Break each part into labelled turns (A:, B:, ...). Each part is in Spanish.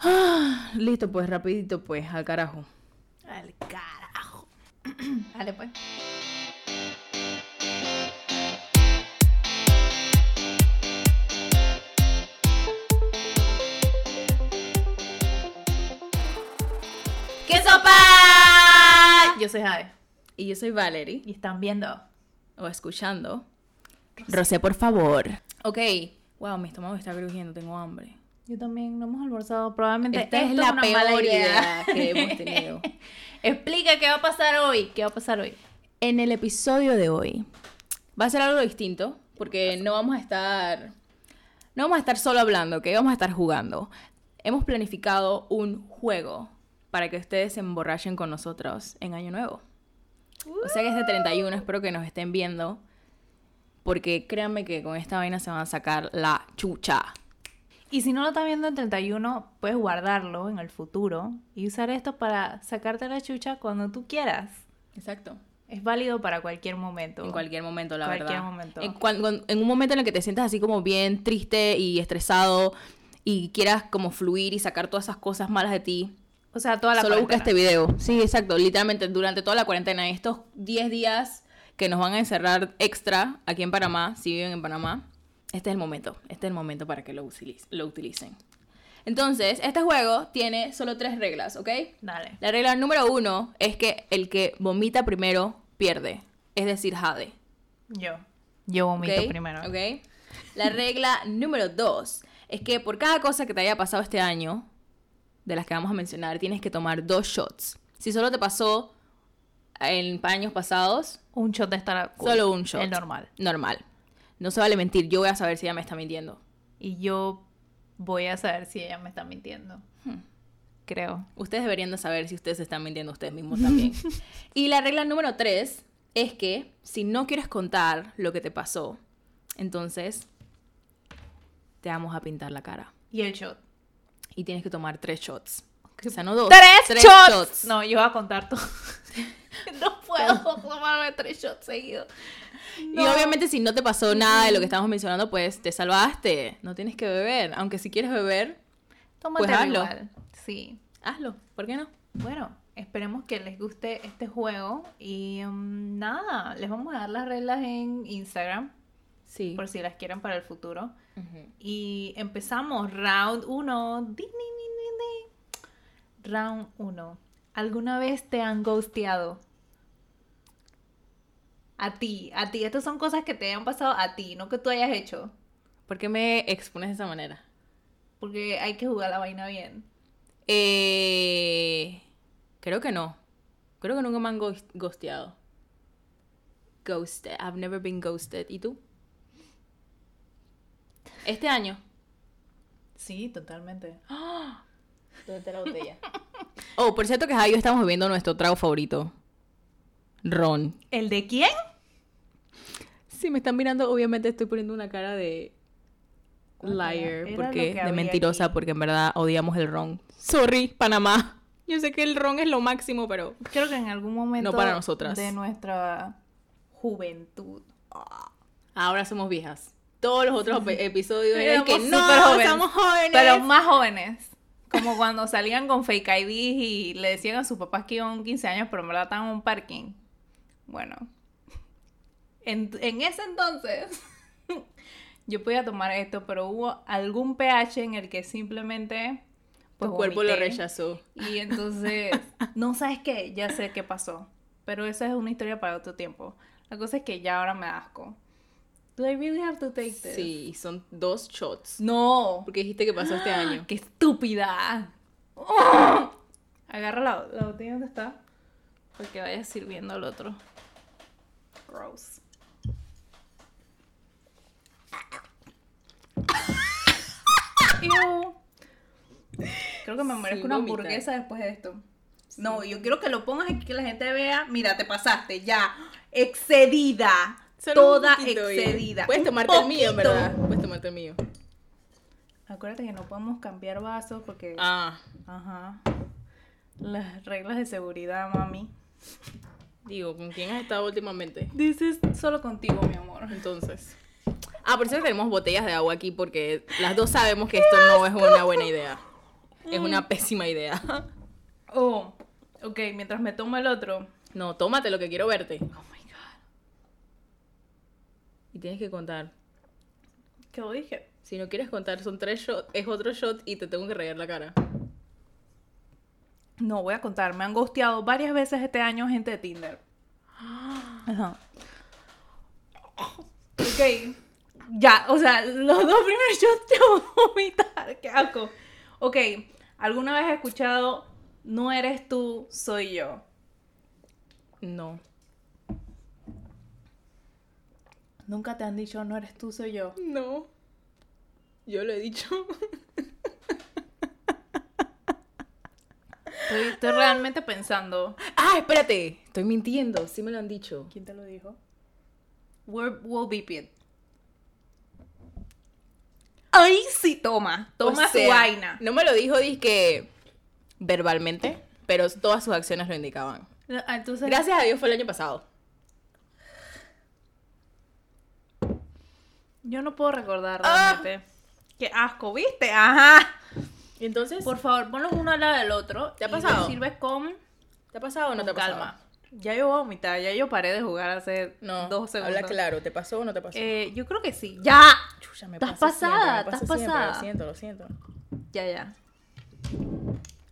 A: Ah, listo, pues, rapidito, pues, al carajo.
B: Al carajo. Dale, pues. ¡Qué
A: Ah,
B: sopa! Yo soy Jade.
A: Y yo soy Valerie,
B: Y están viendo.
A: o escuchando. Rosé, por favor. Ok. Wow, mi estómago está crujiendo, tengo hambre.
B: Yo también no hemos almorzado. Probablemente
A: Esta es
B: esto
A: la
B: una
A: peor
B: mala
A: idea que hemos tenido.
B: Explica qué va a pasar hoy. ¿Qué va a pasar hoy?
A: En el episodio de hoy va a ser algo distinto, porque no vamos a estar. No vamos a estar solo hablando, que vamos a estar jugando. Hemos planificado un juego para que ustedes se emborrachen con nosotros en Año Nuevo. O sea que este 31 espero que nos estén viendo. Porque créanme que con esta vaina se van a sacar la chucha.
B: Y si no lo estás viendo en 31, puedes guardarlo en el futuro y usar esto para sacarte la chucha cuando tú quieras.
A: Exacto.
B: Es válido para cualquier momento.
A: En cualquier momento, la
B: Cualquier
A: verdad.
B: momento.
A: En, cuan- cuan- en un momento en el que te sientas así como bien triste y estresado y quieras como fluir y sacar todas esas cosas malas de ti,
B: O sea, toda la
A: solo busca
B: cuarentena.
A: este video. Sí, exacto. Literalmente durante toda la cuarentena, estos 10 días que nos van a encerrar extra aquí en Panamá, si viven en Panamá, este es el momento. Este es el momento para que lo, utilic- lo utilicen. Entonces, este juego tiene solo tres reglas, ¿ok?
B: Dale.
A: La regla número uno es que el que vomita primero pierde. Es decir, Jade.
B: Yo. Yo vomito
A: ¿ok?
B: primero.
A: ¿ok? La regla número dos es que por cada cosa que te haya pasado este año, de las que vamos a mencionar, tienes que tomar dos shots. Si solo te pasó en años pasados,
B: Un shot de estar
A: solo un shot.
B: El normal.
A: Normal. No se vale mentir, yo voy a saber si ella me está mintiendo.
B: Y yo voy a saber si ella me está mintiendo. Hmm, Creo.
A: Ustedes deberían de saber si ustedes se están mintiendo ustedes mismos también. y la regla número tres es que si no quieres contar lo que te pasó, entonces te vamos a pintar la cara.
B: Y el shot.
A: Y tienes que tomar tres shots.
B: ¿Qué?
A: O sea, no dos.
B: ¡Tres, shots! No, yo voy a contar todo. no puedo tomarme tres shots seguidos.
A: Y
B: No.
A: obviamente si no te pasó nada de lo que estamos mencionando, pues te salvaste. No tienes que beber. Aunque si quieres beber,
B: Tómatelo
A: Pues hazlo.
B: igual. Sí.
A: hazlo. ¿Por qué no?
B: Bueno, esperemos que les guste este juego. Y mm, nada, les vamos a dar las reglas en Instagram,
A: Sí.
B: por si las quieren para el futuro.
A: Ujú.
B: Y empezamos, round 1. Round 1. ¿Alguna vez te han ghosteado? A ti, a ti. Estas son cosas que te han pasado a ti, no que tú hayas hecho.
A: ¿Por qué me expones de esa manera?
B: Porque hay que jugar la vaina bien.
A: Eh, creo que no. Creo que nunca me han ghost- ghosteado. Ghosted. I've never been ghosted. ¿Y tú? Este año.
B: Sí, totalmente.
A: ¿Dónde está la botella? Oh, por cierto que Javi y yo estamos bebiendo nuestro trago favorito. Ron.
B: ¿El de quién?
A: Si me están mirando, obviamente estoy poniendo una cara de
B: Cuéntala,
A: liar,
B: era
A: porque
B: lo que
A: de
B: había
A: mentirosa,
B: aquí.
A: porque en verdad odiamos el ron. Sorry, Panamá. Yo sé que el ron es lo máximo, pero
B: Creo que en algún momento
A: No para nosotras.
B: de nuestra juventud.
A: ahora somos viejas. Todos los otros pe- episodios eran
B: Éramos
A: que no
B: súper jóvenes,
A: somos jóvenes. pues,
B: Pero más jóvenes. Como cuando salían con fake IDs y le decían a sus papás que iban a un 15 años, pero en verdad estaban en un parking. Bueno. En, en ese entonces, yo podía tomar esto, pero hubo algún pH en el que simplemente.
A: tu cuerpo lo
B: pues, vomité.
A: rechazó.
B: Y entonces, no sabes qué, ya sé qué pasó. Pero esa es una historia para otro tiempo. La cosa es que ya ahora me da asco. Do I really have to take this?
A: Sí, son dos shots.
B: No.
A: Porque dijiste que pasó este año.
B: ¡Ah! ¡Qué estúpida! ¡Ah! Agarra la, la botella donde está. Porque vaya sirviendo al otro. Gross. Ew. Creo que me
A: Sí,
B: merezco una
A: vomitar.
B: hamburguesa después de esto. No, yo quiero que lo pongas aquí que la gente vea. Mira, te pasaste ya. Excedida.
A: Solo un
B: Toda
A: poquito, oye.
B: excedida.
A: Puedes
B: Un
A: tomarte el mío, en
B: poquito.
A: ¿verdad? Puedes tomarte el mío.
B: Acuérdate que no podemos cambiar vasos porque.
A: Ah,
B: Ajá. Las reglas de seguridad, mami.
A: digo, ¿con quién has estado últimamente?
B: Dices solo contigo, mi amor.
A: Entonces. Ah, por cierto, tenemos botellas de agua aquí porque las dos sabemos que esto no es una buena idea. es una pésima idea.
B: Oh, ok, mientras me tomo el otro.
A: No, tómate lo que quiero verte.
B: Oh my god.
A: Y tienes que contar.
B: ¿Qué lo dije?
A: Si no quieres contar, son tres shots, es otro shot y te tengo que rayar la cara.
B: No, voy a contar. Me han gosteado varias veces este año gente de Tinder. Ajá. Ok. Ya, o sea, los dos primeros shots te voy a vomitar. Qué asco. Ok. ¿Alguna vez has escuchado No eres tú, soy yo?
A: No.
B: Nunca te han dicho No eres tú, soy yo.
A: No. Yo lo he dicho.
B: Estoy, estoy realmente pensando.
A: Ah, espérate. Estoy mintiendo. Sí me lo han dicho.
B: ¿Quién te lo dijo? We're, we'll beep it. Ahí sí toma. Toma
A: O sea,
B: su vaina.
A: No me lo dijo, que verbalmente, pero todas sus acciones lo indicaban.
B: No, ah, Entonces,
A: Gracias a Dios fue el año pasado.
B: Yo no puedo recordar
A: Ah.
B: realmente. Qué asco, ¿viste? Ajá.
A: ¿Y entonces?
B: Por favor, ponlos uno al lado del otro.
A: ¿Te ha
B: y
A: pasado?
B: lo sirves con,
A: ¿Te ha pasado o no
B: con
A: te ha pasado?
B: calma. Ya yo voy a vomitar, ya yo paré de jugar hace
A: No,
B: dos segundos.
A: habla claro. ¿Te pasó o no te pasó?
B: Eh, yo creo que sí. ¡Ya!
A: Chucha, me
B: estás
A: pasa siempre,
B: pasada,
A: me pasa
B: estás
A: siempre,
B: pasada.
A: Lo siento, lo siento.
B: Ya, ya.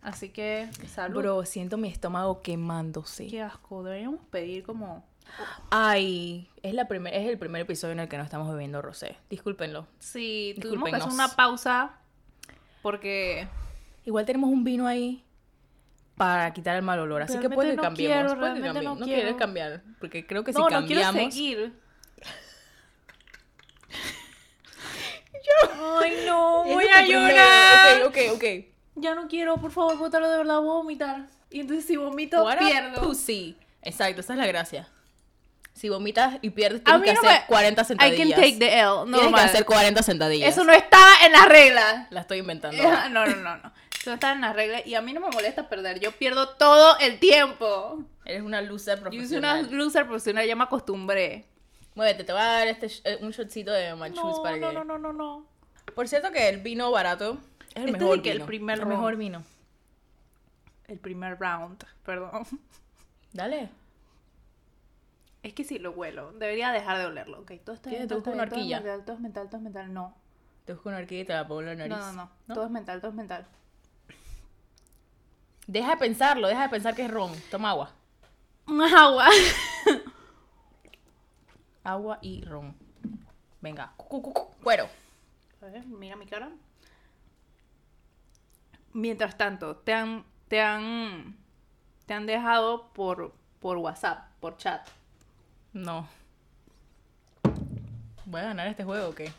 B: Así que, salud.
A: Bro, siento mi estómago quemándose.
B: Qué asco, deberíamos pedir como...
A: Ay, es, la primer, es el primer episodio en el que no estamos bebiendo rosé. Discúlpenlo.
B: Sí, tuvimos que hacer
A: Discúlpenos.
B: una pausa porque...
A: Igual tenemos un vino ahí para quitar el mal olor. Así que
B: Realmente
A: puede que
B: no
A: cambiemos. puede
B: quiero,
A: que
B: realmente
A: cambiemos.
B: no
A: No, quiero.
B: quiero.
A: cambiar. Porque creo que si
B: no, no quiero
A: cambiamos.
B: seguir. Ay, no,
A: Este
B: voy
A: es
B: a
A: tu primero.
B: llorar.
A: Ok, ok, ok.
B: Ya no quiero, por favor, bótalo de verdad, voy a vomitar. Y entonces si vomito,
A: What a
B: pierdo.
A: pussy. Exacto, esa es la gracia. Si vomitas y pierdes,
B: A
A: tienes
B: mí
A: que
B: no
A: hacer
B: me-
A: 40
B: I
A: sentadillas.
B: can take the L. No,
A: tienes que
B: vale.
A: hacer 40 sentadillas.
B: Eso no está en las reglas.
A: La estoy inventando.
B: Eh, No, no, no, no. Eso está en las reglas y a mí no me molesta perder. Yo pierdo todo el tiempo.
A: Eres una loser
B: Yo soy una
A: profesional.
B: loser profesional, ya me acostumbré.
A: Muévete, te voy a dar este sh- eh, un shotcito de machus
B: No,
A: para
B: no,
A: que...
B: no, no, no, no.
A: Por cierto que el vino barato es el
B: Este es
A: mejor
B: de que el
A: vino.
B: primer
A: el
B: ron.
A: mejor vino.
B: El primer round, perdón.
A: Dale.
B: Es que si lo huelo, debería dejar de olerlo. Ok, todo está
A: ¿Qué?
B: bien.
A: ¿Te
B: Todo
A: busco
B: está
A: una
B: bien, todo es
A: horquilla?
B: mental, todo es mental, todo es mental. No.
A: Te busco una arquilla y te la pongo en la
B: No,
A: nariz.
B: no, no, Todo es mental, todo es mental.
A: Deja de pensarlo, deja de pensar que es ron. Toma agua.
B: Más agua.
A: Agua y ron. Venga. Cu, cu, cu, Cuero.
B: A ver, mira mi cara. Mientras tanto, te han, te han, te han dejado por, por WhatsApp, por chat.
A: No. ¿Voy a ganar este juego o qué?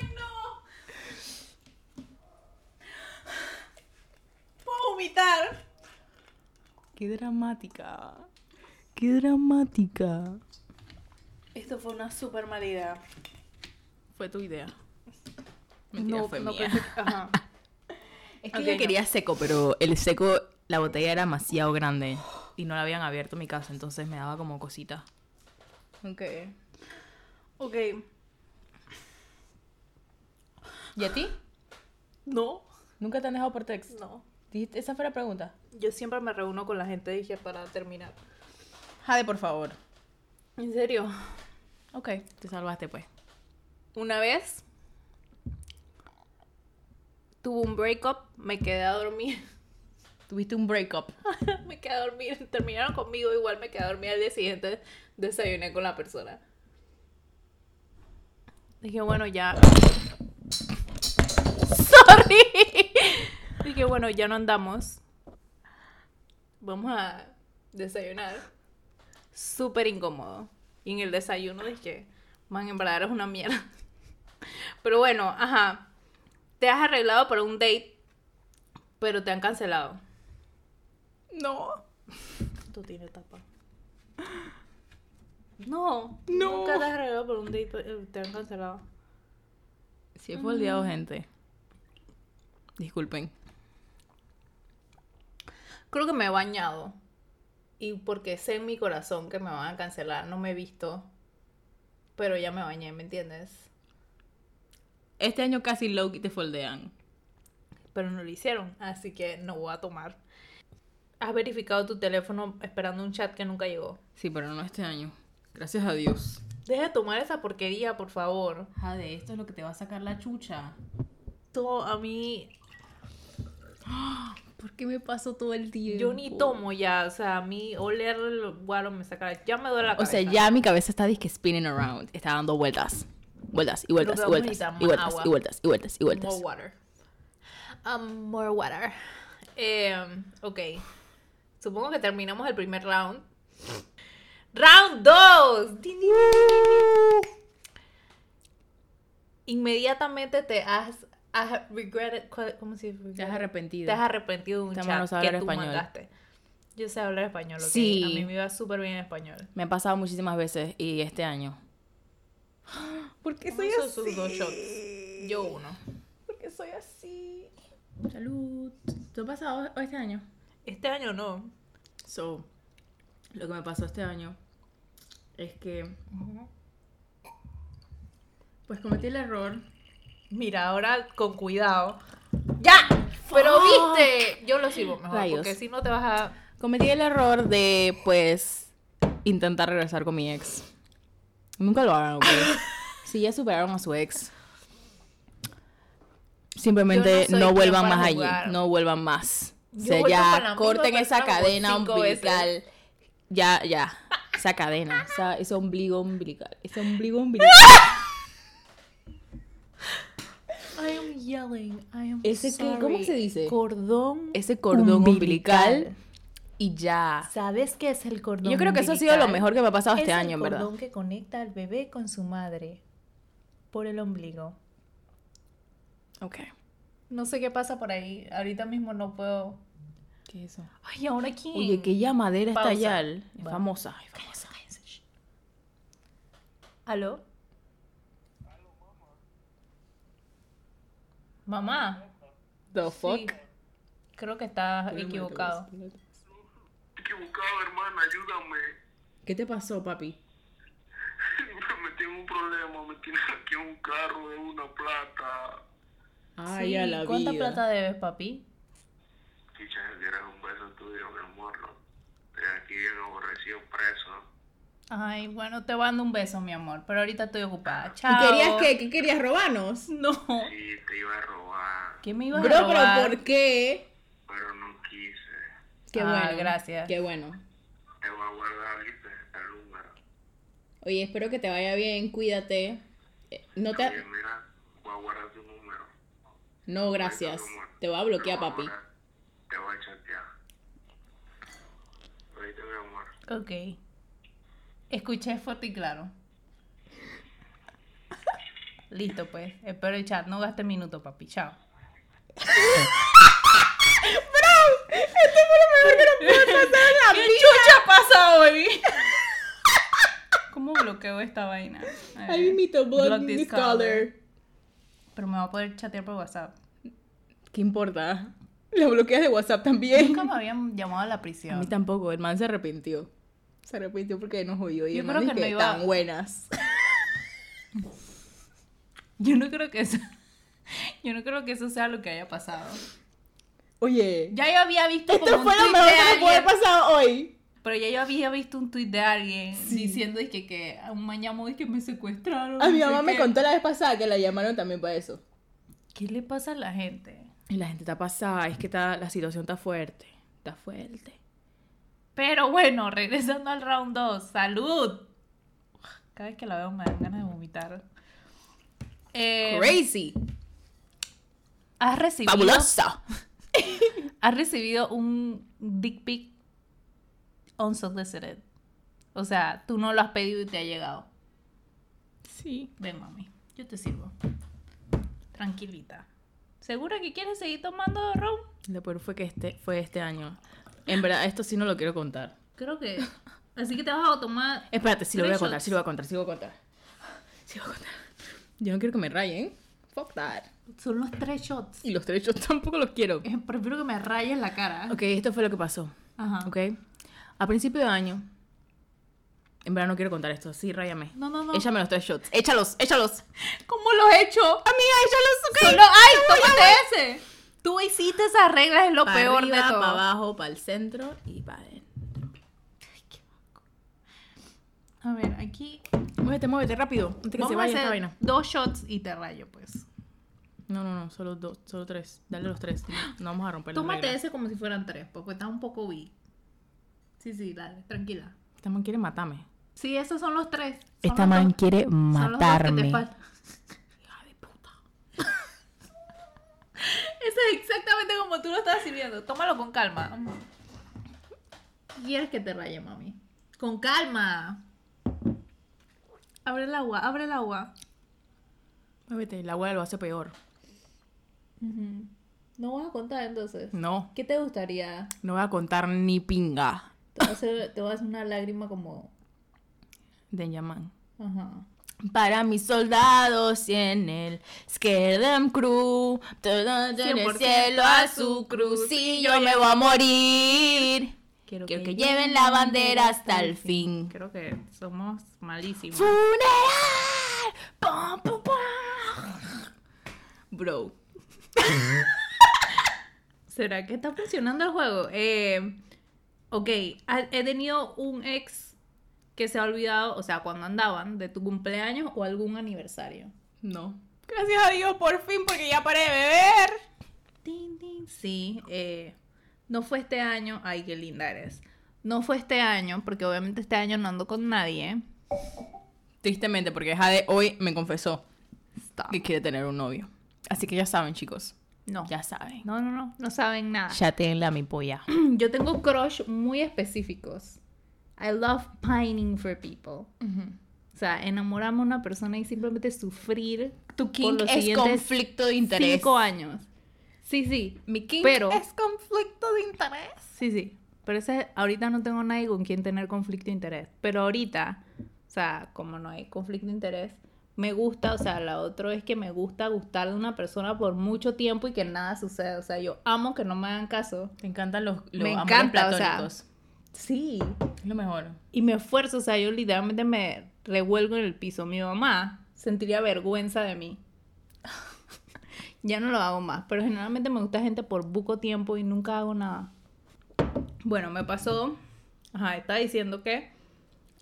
B: ¡Ay, no! ¡Puedo vomitar!
A: Qué dramática. Qué dramática.
B: Esto fue una súper mala idea.
A: Fue tu idea. Mentira,
B: no,
A: fue
B: no
A: mía.
B: pensé que- ajá.
A: Es
B: Ok,
A: que yo
B: no.
A: quería seco, pero el seco, la botella era demasiado grande y no la habían abierto en mi casa, entonces me daba como cosita. Ok.
B: Ok.
A: ¿Y a ti?
B: No,
A: ¿Nunca te han dejado por texto?
B: no.
A: Dijiste- Esa fue la pregunta.
B: Yo siempre me reúno con la gente, dije, para terminar.
A: Jade, por favor.
B: ¿En serio?
A: Ok. Te salvaste, pues.
B: Una vez tuve un breakup, me quedé a dormir.
A: Tuviste un breakup.
B: me quedé a dormir. Terminaron conmigo, igual me quedé a dormir al día siguiente. Desayuné con la persona. Dije, bueno, ya. ¡Sorry! Dije, bueno, ya no andamos. Vamos a desayunar. Súper incómodo. Y en el desayuno dije, man, en verdad eres una mierda. Pero bueno, ajá. Te has arreglado para un date, pero te han cancelado.
A: No.
B: Tú tienes tapa. No,
A: No.
B: Nunca te has arreglado por un date, eh, te han cancelado.
A: Sí, he foldeado gente. Disculpen.
B: Creo que me he bañado. Y porque sé en mi corazón que me van a cancelar, no me he visto. Pero ya me bañé, ¿me entiendes?
A: Este año casi Loki te foldean.
B: Pero no lo hicieron, así que no voy a tomar. Has verificado tu teléfono esperando un chat que nunca llegó.
A: Sí, pero no este año. Gracias a Dios.
B: Deja de tomar esa porquería, por favor.
A: Jade, esto es lo que te va a sacar la chucha.
B: Tú a mí.
A: ¿Por qué me pasó todo el tiempo?
B: Yo ni tomo ya, o sea, a mí oler el guaro me saca. Ya me duele la
A: O
B: cabeza.
A: sea, ya mi cabeza está disque spinning around. Está dando vueltas. Vueltas y vueltas y
B: Creo que
A: vueltas.
B: vamos a necesitar
A: Y
B: más
A: vueltas
B: agua.
A: y vueltas y vueltas y
B: More
A: vueltas.
B: water. Um, more water. Em, ok. Supongo que terminamos el primer round. Round 2. Inmediatamente te has, has regretted. ¿cuál- ¿Cómo se dice?
A: Te has
B: Te
A: arrepentido.
B: has arrepentido de un
A: Tamara no
B: chat
A: sabe
B: que
A: hablar
B: tú
A: español.
B: mandaste. Yo sé hablar español, ok.
A: Sí.
B: A mí me iba súper bien en español.
A: Me ha pasado muchísimas veces y este año. ¿Por qué
B: Uno hizo sus dos shots. Yo uno.
A: Porque soy así. Salud. ¿Te ha pasado este año?
B: Este año no.
A: So, lo que me pasó este año es que pues cometí el error.
B: Mira, ahora con cuidado. ¡Ya! Pero
A: Fuck.
B: viste, yo lo sirvo mejor.
A: Rayos.
B: Porque si no te vas a.
A: Cometí el error de pues intentar regresar con mi ex. Nunca lo hagan, ok. si ya superaron a su ex, simplemente
B: Yo no soy
A: no,
B: quien
A: vuelvan
B: para
A: más
B: jugar.
A: allí, no vuelvan más. O
B: Yo
A: sea,
B: vuelvo con la
A: ya
B: misma
A: corten esa
B: persona como
A: cadena
B: cinco veces.
A: umbilical. Ya, ya. Esa cadena, o sea, ese ombligo umbilical. Ese ombligo umbilical.
B: I am yelling. I am
A: Ese que, ¿cómo
B: sorry.
A: se dice?
B: Cordón.
A: Ese cordón umbilical, y ya.
B: ¿Sabes qué es el cordón?
A: Yo creo que eso ha sido lo mejor que me ha pasado este año, en
B: Es el
A: verdad.
B: cordón que conecta al bebé con su madre por el ombligo.
A: Ok.
B: No sé qué pasa por ahí. Ahorita mismo no puedo.
A: ¿Qué es eso?
B: Ay, ¿ahora quién?
A: Oye, que ya madera
B: Pausa.
A: está ya. Es
B: Bueno.
A: famosa, es famosa.
B: ¿Aló? Mamá.
A: The
B: Sí. Creo que estás equivocado.
C: equivocado, hermana, ayúdame.
A: ¿Qué te pasó, papi?
C: Me tengo un problema, me tienen aquí un carro de una plata.
A: Ay,
B: Sí,
A: a la
B: ¿Cuánta
A: vida.
B: plata debes, papi?
C: Chicha, que era un beso tuyo, mi amor. ¿no? De aquí bien aborrecido, preso.
B: Ay, bueno, te mando un beso, mi amor, pero ahorita estoy ocupada.
A: ¿Y
B: Chao.
A: querías qué? ¿Qué querías robarnos?
B: No.
C: Sí, te iba a robar,
B: ¿Qué me ibas a
A: Bro, pero
B: robar?
A: ¿por qué?
C: pero no quise.
A: Qué
B: Ah,
A: bueno.
B: gracias.
A: Qué bueno.
C: Te voy a guardar, ¿viste? El número.
A: Oye, espero que te vaya bien, cuídate. Eh, No
C: Oye,
A: te
C: mira, voy a guardar tu número.
A: No, gracias.
C: Ahorita, mi amor,
A: Te voy a bloquear,
C: te voy
A: papi.
C: guardar, Te voy a chatear. Ahorita, mi amor.
B: Ok. Escuché fuerte y claro. Listo, pues. Espero el chat. No gastes minuto, papi. Chao. ¡Bro! Esto fue lo mejor que nos puede pasar en la ¿Qué chucha pasa hoy? ¿Cómo bloqueo esta vaina? A ver.
A: I need to block,
B: Block
A: this
B: this
A: color.
B: Pero me va a poder chatear por WhatsApp.
A: ¿Qué importa? Lo bloqueas de WhatsApp también.
B: Nunca me habían llamado a la
A: A
B: prisión.
A: mí tampoco, el man se arrepintió. Se arrepintió porque nos oyó y
B: Yo
A: el man
B: creo que
A: dizque,
B: no iba-
A: tan buenas.
B: Yo no creo que eso... Yo no creo que eso sea lo que haya pasado.
A: Oye,
B: Ya yo había visto
A: esto
B: como
A: fue
B: un
A: lo
B: tuit
A: mejor
B: de
A: que me puede
B: alguien,
A: haber pasado hoy.
B: Pero ya yo había visto un tuit de alguien diciendo es que, que a un man llamó es que me secuestraron.
A: A mi
B: no sé
A: mamá me
B: qué.
A: contó la vez pasada que la llamaron también para eso.
B: ¿Qué le pasa a la gente?
A: Y la gente está pasada, es que está, la situación está fuerte. Está fuerte.
B: Pero bueno, regresando al round 2. ¡Salud! Cada vez que la veo me dan ganas de vomitar. Eh,
A: Crazy.
B: ¿Has recibido,
A: Fabuloso.
B: ¿Has recibido un dick pic unsolicited? O sea, tú no lo has pedido y te ha llegado.
A: Sí.
B: Ven, mami, yo te sirvo. Tranquilita. ¿Segura que quieres seguir tomando ron?
A: Lo peor fue que este fue este año. En verdad, esto sí no lo quiero contar.
B: Creo que. Así que te vas a tomar.
A: Espérate, sí lo voy a
B: Tres
A: contar,
B: shots.
A: sí lo voy a contar, sí lo voy a contar. Sí lo voy a contar. Yo no quiero que me rayen. Fuck that.
B: Son los tres shots.
A: Y los tres yo tampoco los quiero.
B: Eh, Prefiero que me rayes la cara.
A: Ok, esto fue lo que pasó.
B: Ajá.
A: Ok. A principio de año. En verdad no quiero contar esto. Sí, ráyame.
B: No, no, no.
A: Échame los tres shots. Échalos, échalos.
B: ¿Cómo lo he hecho?
A: Amiga, échalos, ok.
B: Solo, ay, tómate ese. Tú hiciste esas reglas, es lo
A: Pa'
B: peor
A: arriba,
B: de todo.
A: Para abajo, para el centro y para adentro.
B: A ver, aquí
A: Muévete, muévete rápido. Antes que
B: vamos
A: se
B: a
A: vaya
B: hacer
A: esta vaina.
B: dos shots y te rayo, pues.
A: No, no, no. Solo dos, solo tres. Dale los tres. No vamos a romper la
B: Tómate
A: regla.
B: ese como si fueran tres, porque está un poco weak. Sí, sí, dale, tranquila.
A: Esta man quiere matarme.
B: Sí, esos son los tres. Son
A: Esta
B: los
A: man
B: dos-
A: quiere
B: son los dos que te
A: matarme.
B: faltan.
A: Hija de puta.
B: Ese es exactamente como tú lo estás sirviendo. Tómalo con calma. ¿Quieres que te raye, mami? Con calma. Abre el agua, abre el agua.
A: Muévete, la abuela lo hace peor.
B: No vas a contar entonces.
A: No,
B: ¿Qué te gustaría?
A: no voy a contar ni pinga
B: Te vas a hacer, te voy a hacer una lágrima como...
A: de Yaman.
B: Ajá.
A: Para mis soldados y en el Skerdam Crew, todo en el
B: 100%
A: cielo a su cruz y yo me voy a morir. Quiero que, lleven la bandera hasta el fin.
B: Creo que somos malísimos.
A: ¡Funeral! ¡Pam, pam, pam! Bro,
B: ¿Será que está funcionando el juego? Eh, ok, ha- he tenido un ex que se ha olvidado, o sea, cuando andaban, de tu cumpleaños o algún aniversario.
A: no. Gracias a Dios, por fin, porque ya paré de beber.
B: Tin, tin. Sí, eh, no fue este año. Ay, qué linda eres. No fue este año, porque obviamente este año no ando con nadie.
A: Tristemente, porque Jade hoy me confesó
B: Stop.
A: que quiere tener un novio. Así que ya saben, chicos.
B: No.
A: Ya saben.
B: No, no, no. No saben nada.
A: Chatenla mi polla.
B: Yo tengo crush muy específicos. I love pining for people. O sea, enamorarme a una persona y simplemente sufrir
A: Tu
B: por
A: king
B: los
A: es
B: siguientes
A: conflicto de interés.
B: cinco años. Sí, sí.
A: Mi king
B: Pero-
A: es conflicto de interés.
B: Sí, sí. Pero ese, ahorita no tengo nadie con quien tener conflicto de interés. Pero ahorita, o sea, como no hay conflicto de interés, me gusta, o sea, la otra es que me gusta gustar de una persona por mucho tiempo y que nada suceda. O sea, yo amo que no me hagan caso.
A: Te encantan los, los
B: Me
A: amores
B: encanta, o sea.
A: platónicos.
B: Sí.
A: Es lo mejor.
B: Y me esfuerzo, o sea, yo literalmente me revuelvo en el piso. Mi mamá sentiría vergüenza de mí. ya no lo hago más, pero generalmente me gusta gente por buco tiempo y nunca hago nada. Bueno, me pasó, ajá, estaba diciendo que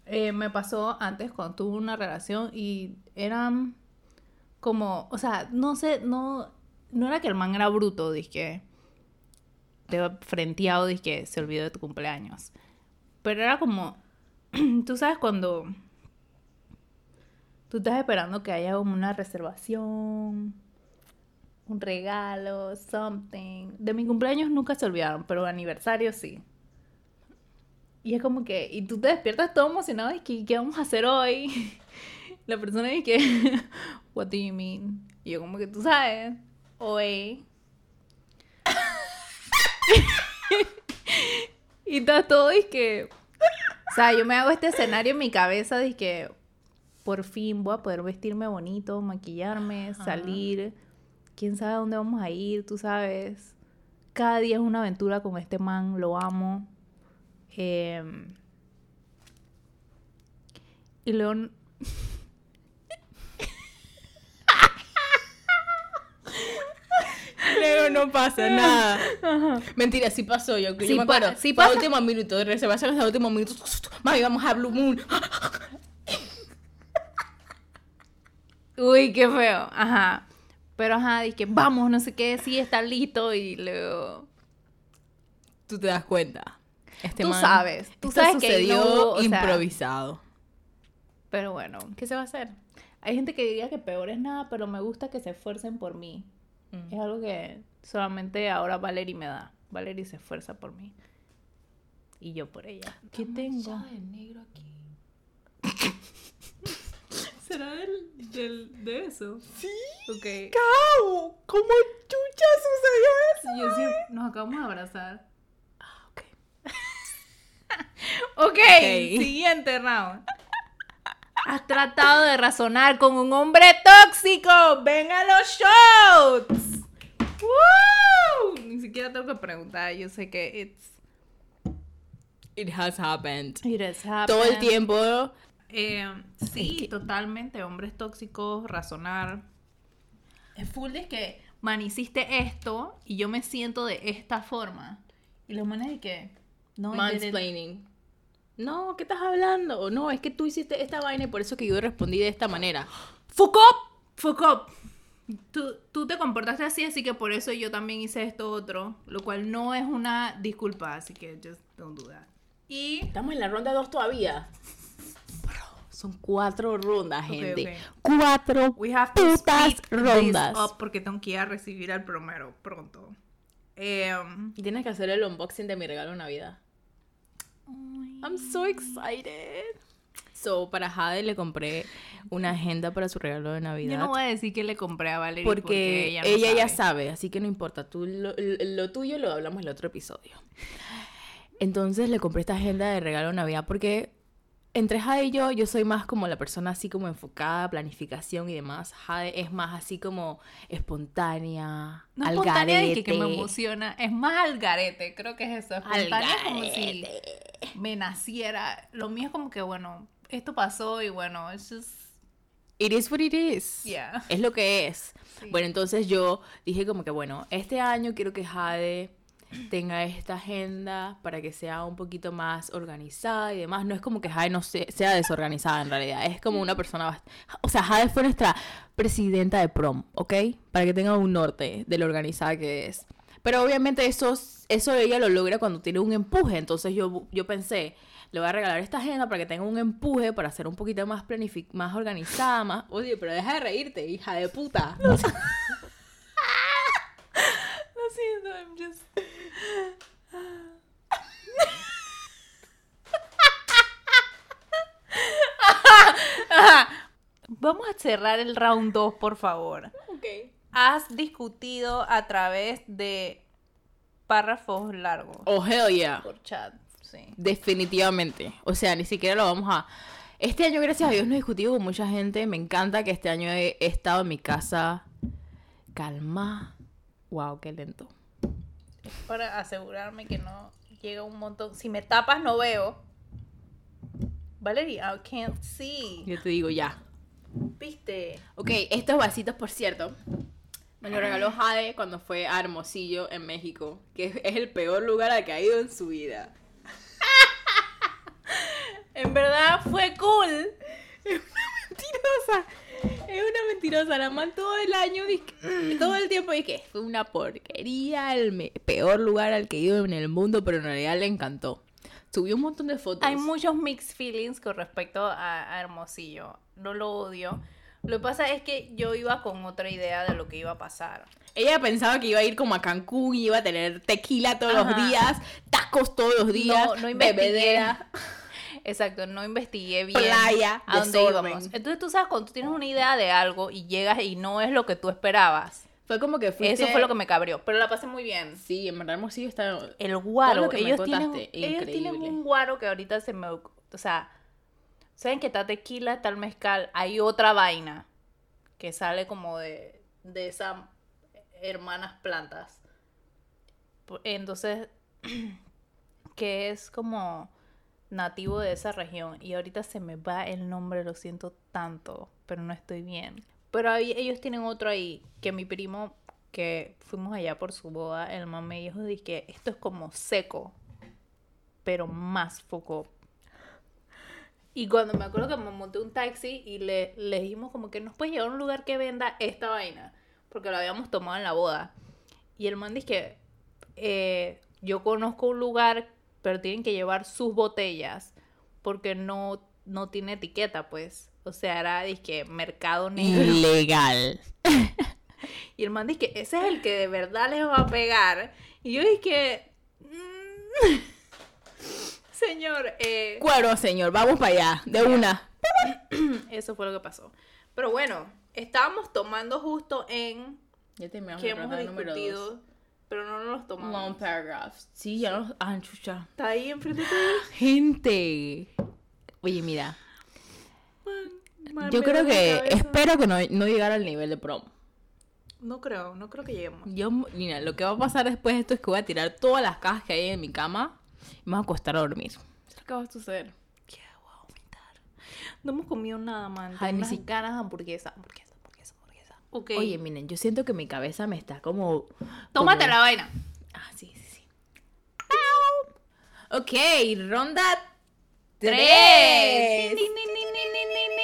B: eh, me pasó antes cuando tuve una relación y eran como, o sea, no sé, no, no era que el man era bruto, dije, te frenteado, dije, se olvidó de tu cumpleaños. Pero era como, tú sabes cuando tú estás esperando que haya como una reservación, un regalo, something. De mi cumpleaños nunca se olvidaron, pero de aniversario sí. Y es como que, y tú te despiertas todo emocionado y que, ¿qué vamos a hacer hoy? La persona dice que, what do you mean? Y yo como que, tú sabes, "Eh, hoy. y está todo y que, o sea, yo me hago este escenario en mi cabeza de que por fin voy a poder vestirme bonito, maquillarme, salir. Quién sabe a dónde vamos a ir, tú sabes. Cada día es una aventura con este man, lo amo. Em, y luego. n-
A: Luego no pasa nada. Mentira, sí pasó. Yo, yo
B: Sí
A: me
B: pa-
A: acuerdo.
B: sí
A: Fue a
B: pasa.
A: último minuto. de Reservaciones a último minuto. Mami, vamos a Blue Moon. ¡Ah!
B: Uy, qué feo. Ajá. Pero ajá, dije, vamos, no sé qué, sí, está listo. Y luego.
A: Tú te das cuenta. Este
B: Tú
A: man-
B: sabes, tú
A: esto
B: sabes que ahí
A: sucedió
B: no hubo, o sea-
A: improvisado.
B: Pero bueno,
A: ¿Qué se va a hacer?
B: hay gente que diría que peor es nada, pero me gusta que se esfuercen por mí. Es algo que solamente ahora Valerie me da. Valerie se esfuerza por mí. Y yo por ella. ¿Qué tengo?
A: negro aquí.
B: ¿Será del, de eso?
A: Sí.
B: Ok.
A: ¡Cabo! ¿Cómo chucha sucedió eso?
B: nos acabamos de abrazar.
A: Ok.
B: Ah, Ok,
A: Ok.
B: siguiente round. Has tratado de razonar con un hombre tóxico. Ven a los shows. ¡Woo! Ni siquiera tengo que preguntar. Yo sé que it's,
A: It has happened.
B: it has happened.
A: Todo el tiempo.
B: Eh, sí,
A: Es que-
B: totalmente. Hombres tóxicos, razonar. Es full de que, man, hiciste esto y yo me siento de esta forma. Y los manes de que, no, I didn't-
A: Mansplaining. No, ¿qué estás hablando? No, es que tú hiciste esta vaina y por eso que yo respondí de esta manera.
B: Fuck up, fuck up. Tú, tú te comportaste así, así que por eso yo también hice esto otro, lo cual no es una disculpa, así que just don't do that. Y
A: Estamos en la ronda 2 todavía. Son cuatro rondas,
B: Ok,
A: gente.
B: ok.
A: Cuatro
B: we have to
A: putas
B: speed
A: rondas.
B: this up porque tengo que ir a recibir al primero pronto. Em,
A: Y tienes que hacer el unboxing de mi regalo de Navidad. I'm so excited. So, para Jade le compré una agenda para su regalo de Navidad.
B: yo no voy a decir que le compré a Valerie
A: porque,
B: porque, ella, no
A: ya sabe, así que no importa. Tú lo, lo tuyo lo hablamos en el otro episodio. Entonces le compré esta agenda de regalo de Navidad porque entre Jade y yo, yo soy más como la persona así como enfocada, planificación y demás. Jade es más así como espontánea,
B: No
A: al
B: espontánea de que, que me
A: garete.
B: emociona, es más al garete, creo que es eso. Espontánea es como si
A: garete.
B: me naciera. Lo mío es como que, bueno, esto pasó y bueno, es just...
A: It is what it is.
B: Yeah.
A: Es lo que es.
B: Sí.
A: Bueno, entonces yo dije como que, bueno, este año quiero que Jade tenga esta agenda para que sea un poquito más organizada y demás. No es como que Jade no se- sea desorganizada en realidad. Es como una persona... bast- O sea, Jade fue nuestra presidenta de prom, ¿ok? Para que tenga un norte de lo organizada que es. Pero obviamente eso, eso ella lo logra cuando tiene un empuje. Entonces yo, yo pensé, le voy a regalar esta agenda para que tenga un empuje para ser un poquito más planific más organizada, más... Oye, pero deja de reírte, hija de puta.
B: Lo siento, I'm just... Vamos a cerrar el round 2, por favor.
A: Ok.
B: Has discutido a través de párrafos largos
A: Oh, hell yeah.
B: por chat, sí.
A: Definitivamente. O sea, ni siquiera lo vamos a. Este año, gracias a Dios, no he discutido con mucha gente. Me encanta que este año he, he estado en mi casa calma. Wow, qué lento.
B: Para asegurarme que no llega un montón. Si me tapas, no veo. Valerie, I can't see.
A: Yo te digo ya.
B: ¿Viste?
A: Ok, estos vasitos, por cierto, me los regaló Jade cuando fue a Hermosillo, en México, que es- es el peor lugar al que ha ido en su vida.
B: En verdad fue cool.
A: mentirosa. Es una mentirosa. La man todo el año, dizque- todo el tiempo dije, fue una porquería, el me- peor lugar al que he ido en el mundo, pero en realidad le encantó. Subió un montón de fotos.
B: Hay muchos mixed feelings con respecto a, a Hermosillo. No lo odio. Lo que pasa es que yo iba con otra idea de lo que iba a pasar.
A: Ella pensaba que iba a ir como a Cancún y iba a tener tequila todos
B: Ajá.
A: los días, tacos todos los días,
B: no, no investigué.
A: bebedera.
B: Exacto, no investigué bien
A: Playa,
B: a dónde
A: desorden.
B: íbamos. Entonces tú sabes, cuando tú tienes una idea de algo y llegas y no es lo que tú esperabas.
A: Fue como que fuiste...
B: Eso fue lo que me cabrió. Pero la pasé muy bien.
A: Sí, en verdad Hermosillo está...
B: El guaro.
A: Todo lo que me
B: ellos, tienen,
A: contaste,
B: ellos tienen
A: increíble.
B: un guaro que ahorita se me... oc- O sea, saben que está tequila, está el mezcal, hay otra vaina que sale como de, de esas hermanas plantas. Por- Entonces, que es como nativo de esa región. Y ahorita se me va el nombre, lo siento tanto, pero no estoy bien. Pero ahí- ellos tienen otro ahí, que mi primo, que fuimos allá por su boda, el man me dijo, que esto es como seco, pero más foco. Y cuando me acuerdo que me monté un taxi y le, le dijimos como que nos puedes llevar a un lugar que venda esta vaina, porque lo habíamos tomado en la boda. Y el man dice que eh, yo conozco un lugar, pero tienen que llevar sus botellas porque no, no tiene etiqueta, pues. O sea, era disque mercado negro.
A: Ilegal.
B: Y el man dice que ese es el que de verdad les va a pegar. Y yo dije que. mm, Señor, eh,
A: Cuero, señor, vamos para allá, de una.
B: eso fue lo que pasó. Pero bueno, estábamos tomando justo en
A: Ya terminamos la
B: que hemos
A: ronda número dos.
B: discutido, pero no nos los tomamos.
A: Long paragraphs. Sí, ya no. Ah, chucha.
B: Está ahí enfrente de ti.
A: Gente. Oye, mira.
B: Mar,
A: Yo
B: me
A: creo
B: duele la
A: que
B: cabeza.
A: espero que no, no llegara al nivel de prom.
B: No creo, no creo que lleguemos.
A: Yo, mira, lo que va a pasar después de esto es que voy a tirar todas las cajas que hay en mi cama y me voy a acostar a dormir.
B: ¿Qué va a suceder? ¿Qué voy a vomitar? No hemos comido nada, man.
A: Ay,
B: Ay,
A: ni
B: ni
A: si-
B: siquiera hamburguesa, hamburguesa, hamburguesa, hamburguesa. Ok.
A: Oye, miren, yo siento que mi cabeza me está como...
B: tómate
A: como-
B: la vaina.
A: Ah, sí, sí, sí. Ok, ronda 3.
B: Ding, ding, ding, ding, ding, ding, ding, ding.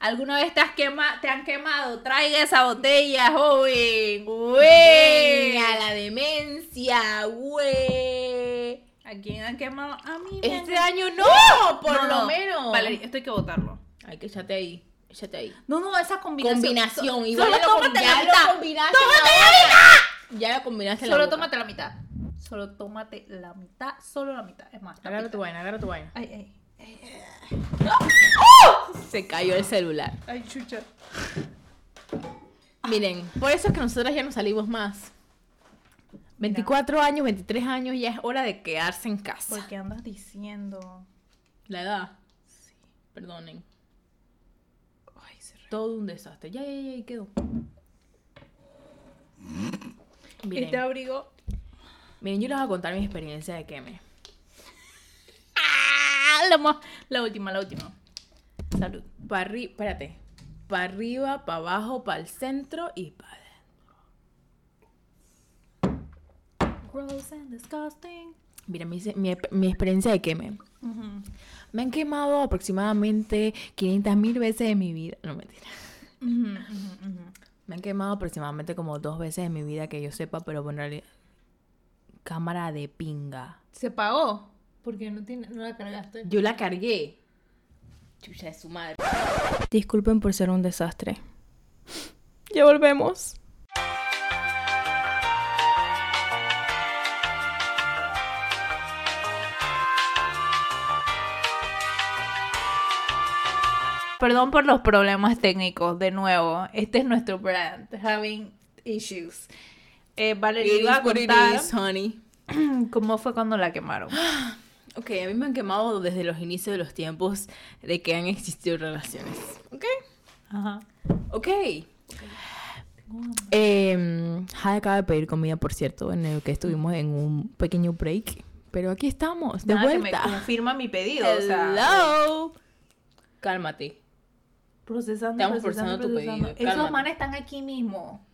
B: ¿Alguna vez te, has quema- te han quemado? Traiga esa botella, joven. Güey.
A: Venga, la demencia, güey.
B: ¿A quién han quemado? A mí. me han
A: Este
B: quemado.
A: año ¡Uh! no, por
B: No,
A: lo
B: no.
A: menos.
B: Valeria, esto hay que votarlo.
A: Hay que echarte ahí. Échate ahí.
B: No, no, esa combinación.
A: Combinación.
B: So-
A: Igual
B: solo
A: ya lo, com-
B: tómate
A: ya
B: la
A: lo
B: mitad.
A: combinaste.
B: ¡Tómate
A: en
B: la
A: boca. Ya lo combinaste. en la
B: Solo
A: boca.
B: tómate la mitad. Solo tómate la mitad. Solo la mitad. Es más. la
A: Agarra
B: mitad.
A: tu vaina, agarra tu vaina.
B: Ay, ay.
A: Se cayó el celular.
B: Ay, chucha.
A: Miren, Ah. por eso es que nosotras ya no salimos más. 24 años, 23 años, ya es hora de quedarse en casa.
B: ¿Por qué andas diciendo?
A: Pues, La edad. Perdonen.
B: Ay, se re-
A: Todo un desastre. Ya, ya, ya, ahí quedó.
B: Este
A: Miren,
B: abrigo.
A: miren, yo les voy a contar mi experiencia de queme.
B: Ah, la, mo- la última, la última.
A: Salud. Para arriba, espérate. Para arriba, para abajo, para el centro y para
B: Gross and disgusting.
A: Mira, mi, mi, mi experiencia de queme.
B: Ujú.
A: Me han quemado aproximadamente 500 mil veces en mi vida. No, mentira.
B: Ujú, ujú, ujú.
A: Me han quemado aproximadamente como dos veces en mi vida que yo sepa, pero bueno, en realidad- cámara de pinga.
B: Se pagó. Porque no, tiene, no la cargaste.
A: Yo la cargué. Chucha de su madre. Disculpen por ser un desastre. Ya volvemos.
B: Perdón por los problemas técnicos, de nuevo. Este es nuestro brand, having issues. Eh, Valeria iba a contar
A: honey.
B: cómo fue cuando la quemaron.
A: Ok, a mí me han quemado desde los inicios de los tiempos de que han existido relaciones. Ok.
B: Ajá.
A: Ok. Eh, Jade acaba de pedir comida, por cierto, en el que estuvimos en un pequeño break. Pero aquí estamos, de
B: Nada que me
A: vuelta.
B: confirma mi pedido. O sea,
A: Hello. Cálmate.
B: procesando,
A: Estamos
B: procesando,
A: procesando tu
B: procesando.
A: pedido,
B: Esos
A: cálmate.
B: manes están aquí mismo.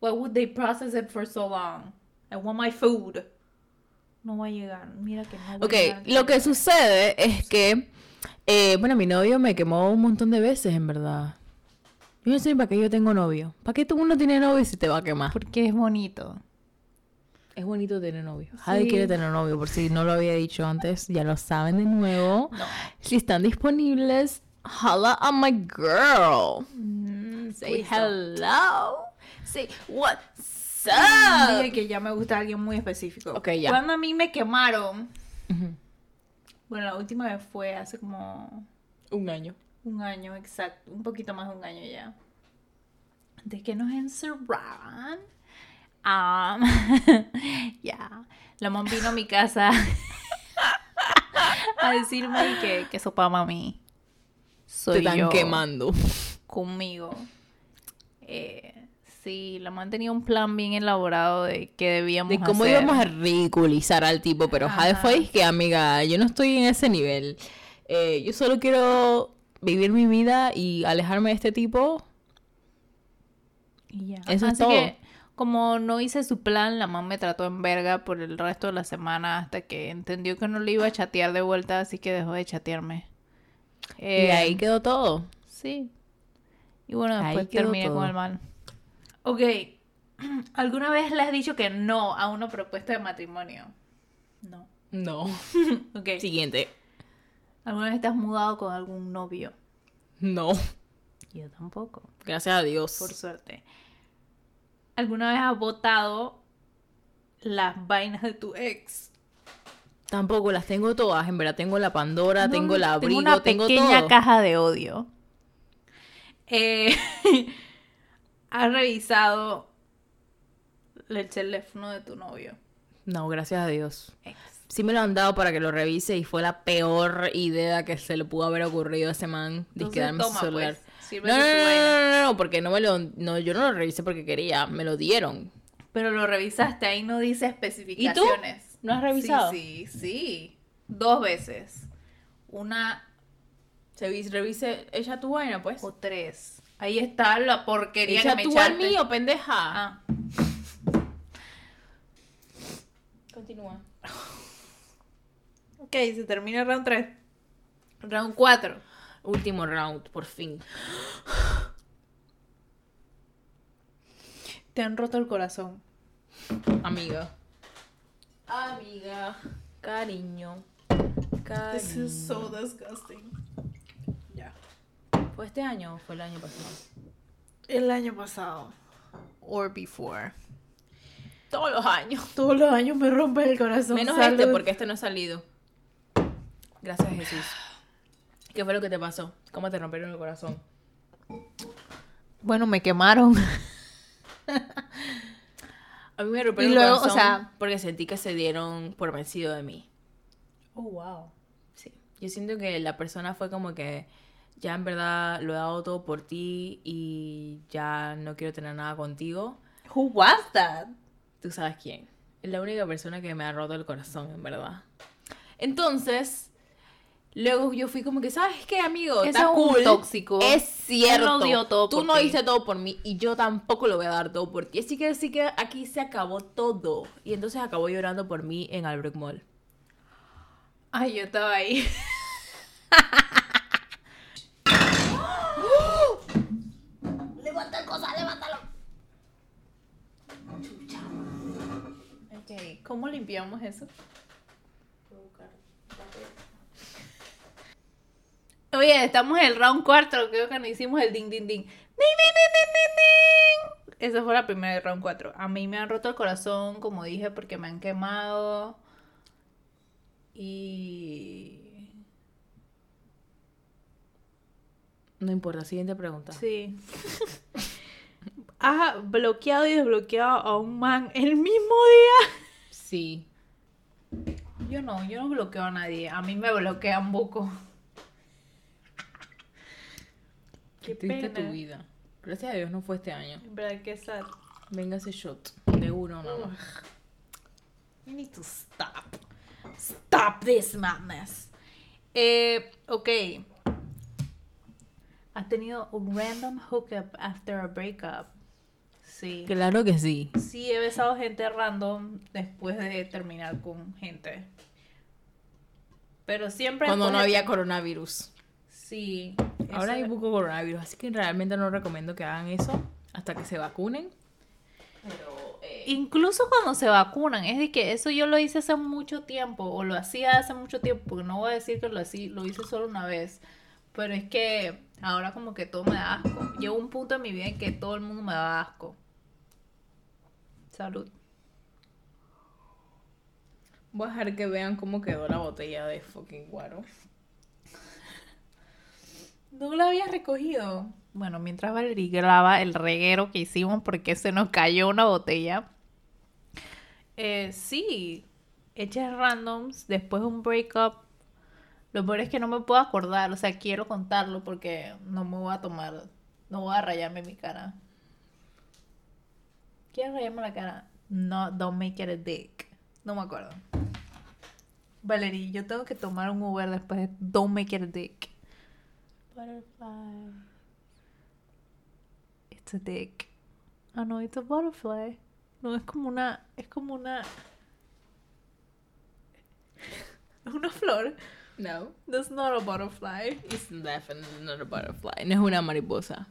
B: Why would they process it for so long? I want my food. No va a llegar. Mira que no va
A: Ok,
B: a llegar.
A: lo que sucede es que, eh, bueno, mi novio me quemó un montón de veces, en verdad. Yo no sé ni para qué yo tengo novio. ¿Para qué tú uno tiene novio si te va a quemar?
B: Porque es bonito.
A: Es bonito tener novio. Jade
B: Sí.
A: quiere tener novio, por si no lo había dicho antes, ya lo saben de nuevo.
B: No.
A: Si están disponibles, holla a my girl.
B: Mm,
A: Say
B: squeeze them.
A: hello. Say what's
B: Dije
A: up.
B: que ya me gusta alguien muy específico.
A: Ah. Ok, ya.
B: Cuando a mí me quemaron,
A: Ujú.
B: bueno, la última vez fue hace como
A: Un año.
B: un año exacto, un poquito más de un año ya. De que nos encerraban. Ah, ya. La mamá vino a mi casa a decirme de que, que sopa mami.
A: Te
B: Soy
A: están
B: yo
A: quemando.
B: conmigo. Eh, sí, la mamá tenía un plan bien elaborado de que debíamos
A: De cómo
B: hacer.
A: íbamos a ridiculizar al tipo, pero Jade
B: Ajá.
A: fue y que amiga, yo no estoy en ese nivel. Eh, yo solo quiero vivir mi vida y alejarme de este tipo.
B: Y ya.
A: Eso es
B: Así
A: todo.
B: que, como no hice su plan, la mamá me trató en verga por el resto de la semana hasta que entendió que no le iba a chatear de vuelta, así que dejó de chatearme.
A: y
B: Eh,
A: ahí quedó todo.
B: Sí. Y bueno,
A: Ahí
B: después
A: quedó
B: terminé
A: todo.
B: con el mal. Ok. ¿Alguna vez le has dicho que no a una propuesta de matrimonio? No.
A: No.
B: Ok.
A: Siguiente.
B: ¿Alguna vez te has mudado con algún novio?
A: No.
B: Yo tampoco.
A: Gracias a Dios.
B: Por suerte. ¿Alguna vez has botado las vainas de tu ex?
A: Tampoco las tengo todas, en verdad. Tengo la Pandora,
B: No,
A: tengo
B: no,
A: la abrigo,
B: una
A: tengo,
B: pequeña
A: todo.
B: caja de odio. Eh, ¿Has revisado el teléfono de tu novio?
A: No, gracias a Dios.
B: Ex.
A: sí me lo han dado para que lo revise y fue la peor idea que se le pudo haber ocurrido a ese man de
B: Entonces,
A: quedarme su
B: toma,
A: celular.
B: pues, sírvete
A: no, no,
B: tu
A: no,
B: vaina.
A: no, no, no, porque no me lo, no, yo no lo revisé porque quería, me lo dieron.
B: Pero lo revisaste, ahí no dice especificaciones.
A: ¿No has
B: Sí,
A: revisado?
B: Sí, sí, Dos veces. Una
A: Se vi- revise, ella tu vaina, pues.
B: o tres. Ahí está la porquería
A: Echa
B: que me
A: tú
B: echaste.
A: al mío, pendeja.
B: Ah,
A: Continúa.
B: ok, se termina el round 3. Round 4.
A: Último round, por fin.
B: Te han roto el corazón.
A: Amiga. Amiga. Cariño.
B: This
A: Cariño.
B: is so disgusting. Ya.
A: ¿Fue este año o fue el año pasado?
B: El año pasado. Or before.
A: Todos los años.
B: Todos los años me rompe el corazón.
A: Menos
B: salud.
A: este, porque este no ha salido. Gracias, Jesús. ¿Qué fue lo que te pasó? ¿Cómo te rompieron el corazón?
B: Bueno, me quemaron.
A: A mí me rompieron
B: Y luego,
A: el corazón
B: o sea-
A: porque sentí que se dieron por vencido de mí.
B: Oh, wow.
A: Sí. Yo siento que la persona fue como que ya en verdad lo he dado todo por ti y ya no quiero tener nada contigo.
B: Who was that?
A: Tú sabes quién. Es la única persona que me ha roto el corazón, en verdad. Entonces, luego yo fui como que, ¿sabes qué, amigo?
B: Eso
A: Está
B: es un
A: cool.
B: tóxico.
A: Es
B: Él
A: cierto.
B: no dio todo
A: Tú
B: por
A: no
B: ti.
A: diste todo por mí y yo tampoco lo voy a dar todo por ti. Así que, así que aquí se acabó todo. Y entonces acabó llorando por mí en Albrook Mall.
B: Ay, yo estaba ahí.
A: Levanta el cosa, levántalo. Chucha.
B: Ok, ¿cómo limpiamos eso? Oye, estamos en el round 4, creo que no hicimos el ding ding ding. Ding ding ding ding ding ding. Esa fue la primera del round 4. A mí me han roto el corazón, como dije, porque me han quemado. Y
A: No importa, siguiente pregunta.
B: Sí. Has bloqueado y desbloqueado a un man el mismo día.
A: Sí.
B: Yo no, yo no bloqueo a nadie. A mí me bloquean buco. Qué
A: Triste
B: pena.
A: tu vida. Gracias a Dios no fue este año.
B: En verdad que sad.
A: Venga ese shot de uno nada más.
B: You need to stop. Stop this madness. Eh, ok. ¿Has tenido un random hookup after a breakup? Sí.
A: Claro que sí.
B: Sí, he besado gente random después de terminar con gente. Pero siempre.
A: Cuando no
B: después de-
A: había coronavirus.
B: Sí.
A: Ahora hay
B: eso-
A: poco coronavirus, así que realmente no recomiendo que hagan eso hasta que se vacunen. Pero eh,
B: Incluso cuando se vacunan, es de que eso yo lo hice hace mucho tiempo, o lo hacía hace mucho tiempo, porque no voy a decir que lo, hacía, lo hice solo una vez, pero es que ahora como que todo me da asco. Llegó un punto en mi vida en que todo el mundo me da asco. Salud.
A: voy a dejar que vean cómo quedó la botella de fucking guaro.
B: ¿No lo habías recogido? Bueno, mientras Valerie graba el reguero que hicimos porque se nos cayó una botella. Eh, sí, hechas randoms, después de un breakup. Lo peor es que no me puedo acordar, o sea, quiero contarlo porque no me voy a tomar, no voy a rayarme mi cara. ¿Quieres rayarme la cara? No, don't make it a dick. No me acuerdo. Valerie, yo tengo que tomar un Uber después de don't make it a dick. Butterfly. It's a dick. Ah, no, it's a butterfly. No, es como una. Es como una. Es una flor.
A: No,
B: That's not a butterfly.
A: it's definitely not a butterfly. No es una mariposa.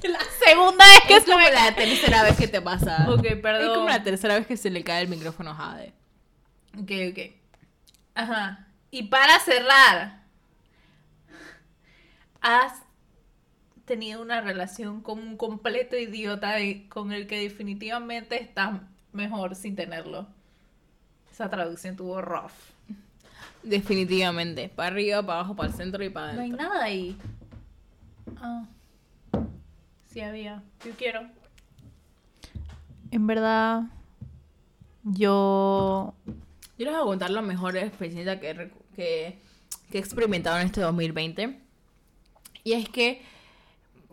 B: La segunda vez que
A: Es
B: se
A: como
B: me.
A: la tercera vez que te pasa.
B: Ok,
A: Es
B: perdón.
A: como la tercera vez que se le cae el micrófono a Jade.
B: Ok, ok. Ajá. Y para cerrar, has tenido una relación con un completo idiota y- con el que definitivamente estás mejor sin tenerlo. Esa traducción tuvo rough.
A: Definitivamente. Para arriba, para abajo, para el centro y para
B: No hay
A: adentro.
B: nada ahí. Ah. Sí había. Yo quiero. En verdad, Yo.
A: Yo les voy a contar la mejor experiencia que, recu- que, que he experimentado en este 2020. Y es que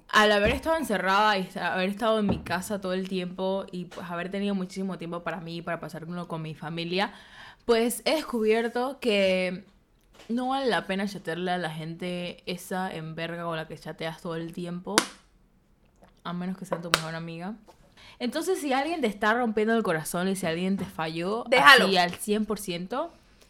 A: al haber estado encerrada y est- haber estado en mi casa todo el tiempo y pues haber tenido muchísimo tiempo para mí, para pasarlo con mi familia, pues he descubierto que no vale la pena chatearle a la gente esa enverga con la que chateas todo el tiempo, a menos que sea tu mejor amiga. Entonces, si alguien te está rompiendo el corazón y si alguien te falló,
B: Déjalo.
A: así al 100%,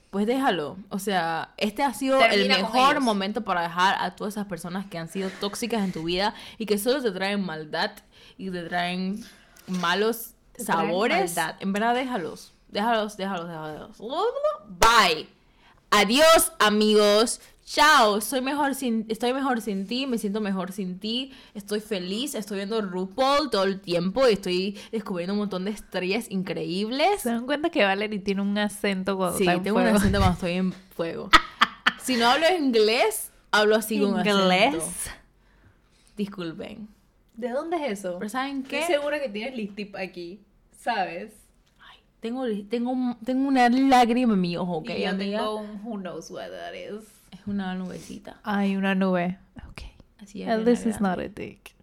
A: pues déjalo. O sea, este ha sido
B: Termina
A: el
B: con
A: mejor
B: ellos.
A: momento para dejar a todas esas personas que han sido tóxicas en tu vida y que solo te traen maldad y te traen malos
B: Te traen
A: sabores.
B: maldad.
A: En verdad, déjalos. Déjalos, déjalos, déjalos. Bye. Adiós, amigos. Chao, soy mejor sin, estoy mejor sin ti, me siento mejor sin ti, estoy feliz, estoy viendo RuPaul todo el tiempo y estoy descubriendo un montón de estrellas increíbles.
B: ¿Se dan cuenta que Valerie tiene un acento cuando
A: Sí,
B: está en
A: tengo un
B: fuego?
A: acento cuando estoy en fuego. Si no hablo inglés, hablo así con acento.
B: inglés?
A: Disculpen.
B: ¿De dónde es eso?
A: Pero ¿saben
B: Estoy
A: qué?
B: segura que tienes listip aquí, ¿sabes?
A: Ay, tengo, tengo, un- tengo una lágrima en mi ojo, ¿ok?
B: y yo
A: amiga?
B: tengo un who knows what that is.
A: Es una nubecita.
B: Hay una nube. Okay.
A: Así es.
B: And
A: bien
B: Ah, this is
A: agradable.
B: not a dick.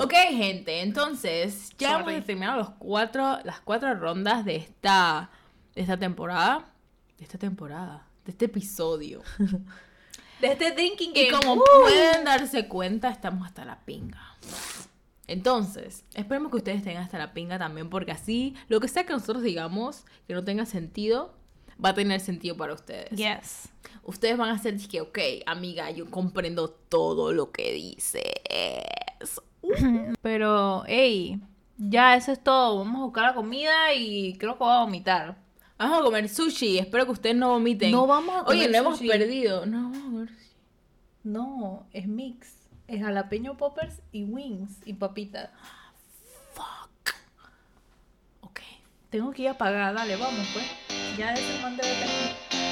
A: Ok, gente, entonces ya
B: Sorry.
A: hemos terminado los cuatro, las cuatro rondas de esta, de esta temporada. De esta temporada. De este episodio.
B: De este thinking
A: Y
B: game.
A: como pueden darse cuenta, estamos hasta la pinga. Entonces, esperemos que ustedes tengan hasta la pinga también, porque así lo que sea que nosotros digamos que no tenga sentido, va a tener sentido para ustedes.
B: Yes.
A: Ustedes van a ser que, ok, amiga, yo comprendo todo lo que dices.
B: Pero, hey, ya eso es todo. Vamos a buscar la comida y creo que voy a vomitar.
A: Vamos a comer sushi, espero que ustedes no vomiten.
B: No vamos a
A: Oye,
B: comer
A: lo hemos
B: sushi.
A: perdido. No, vamos a comer sushi.
B: No, es mix. Es jalapeño poppers y wings y papitas.
A: Ok.
B: Tengo que ir a pagar, dale, vamos pues. Ya ese man debe estar aquí.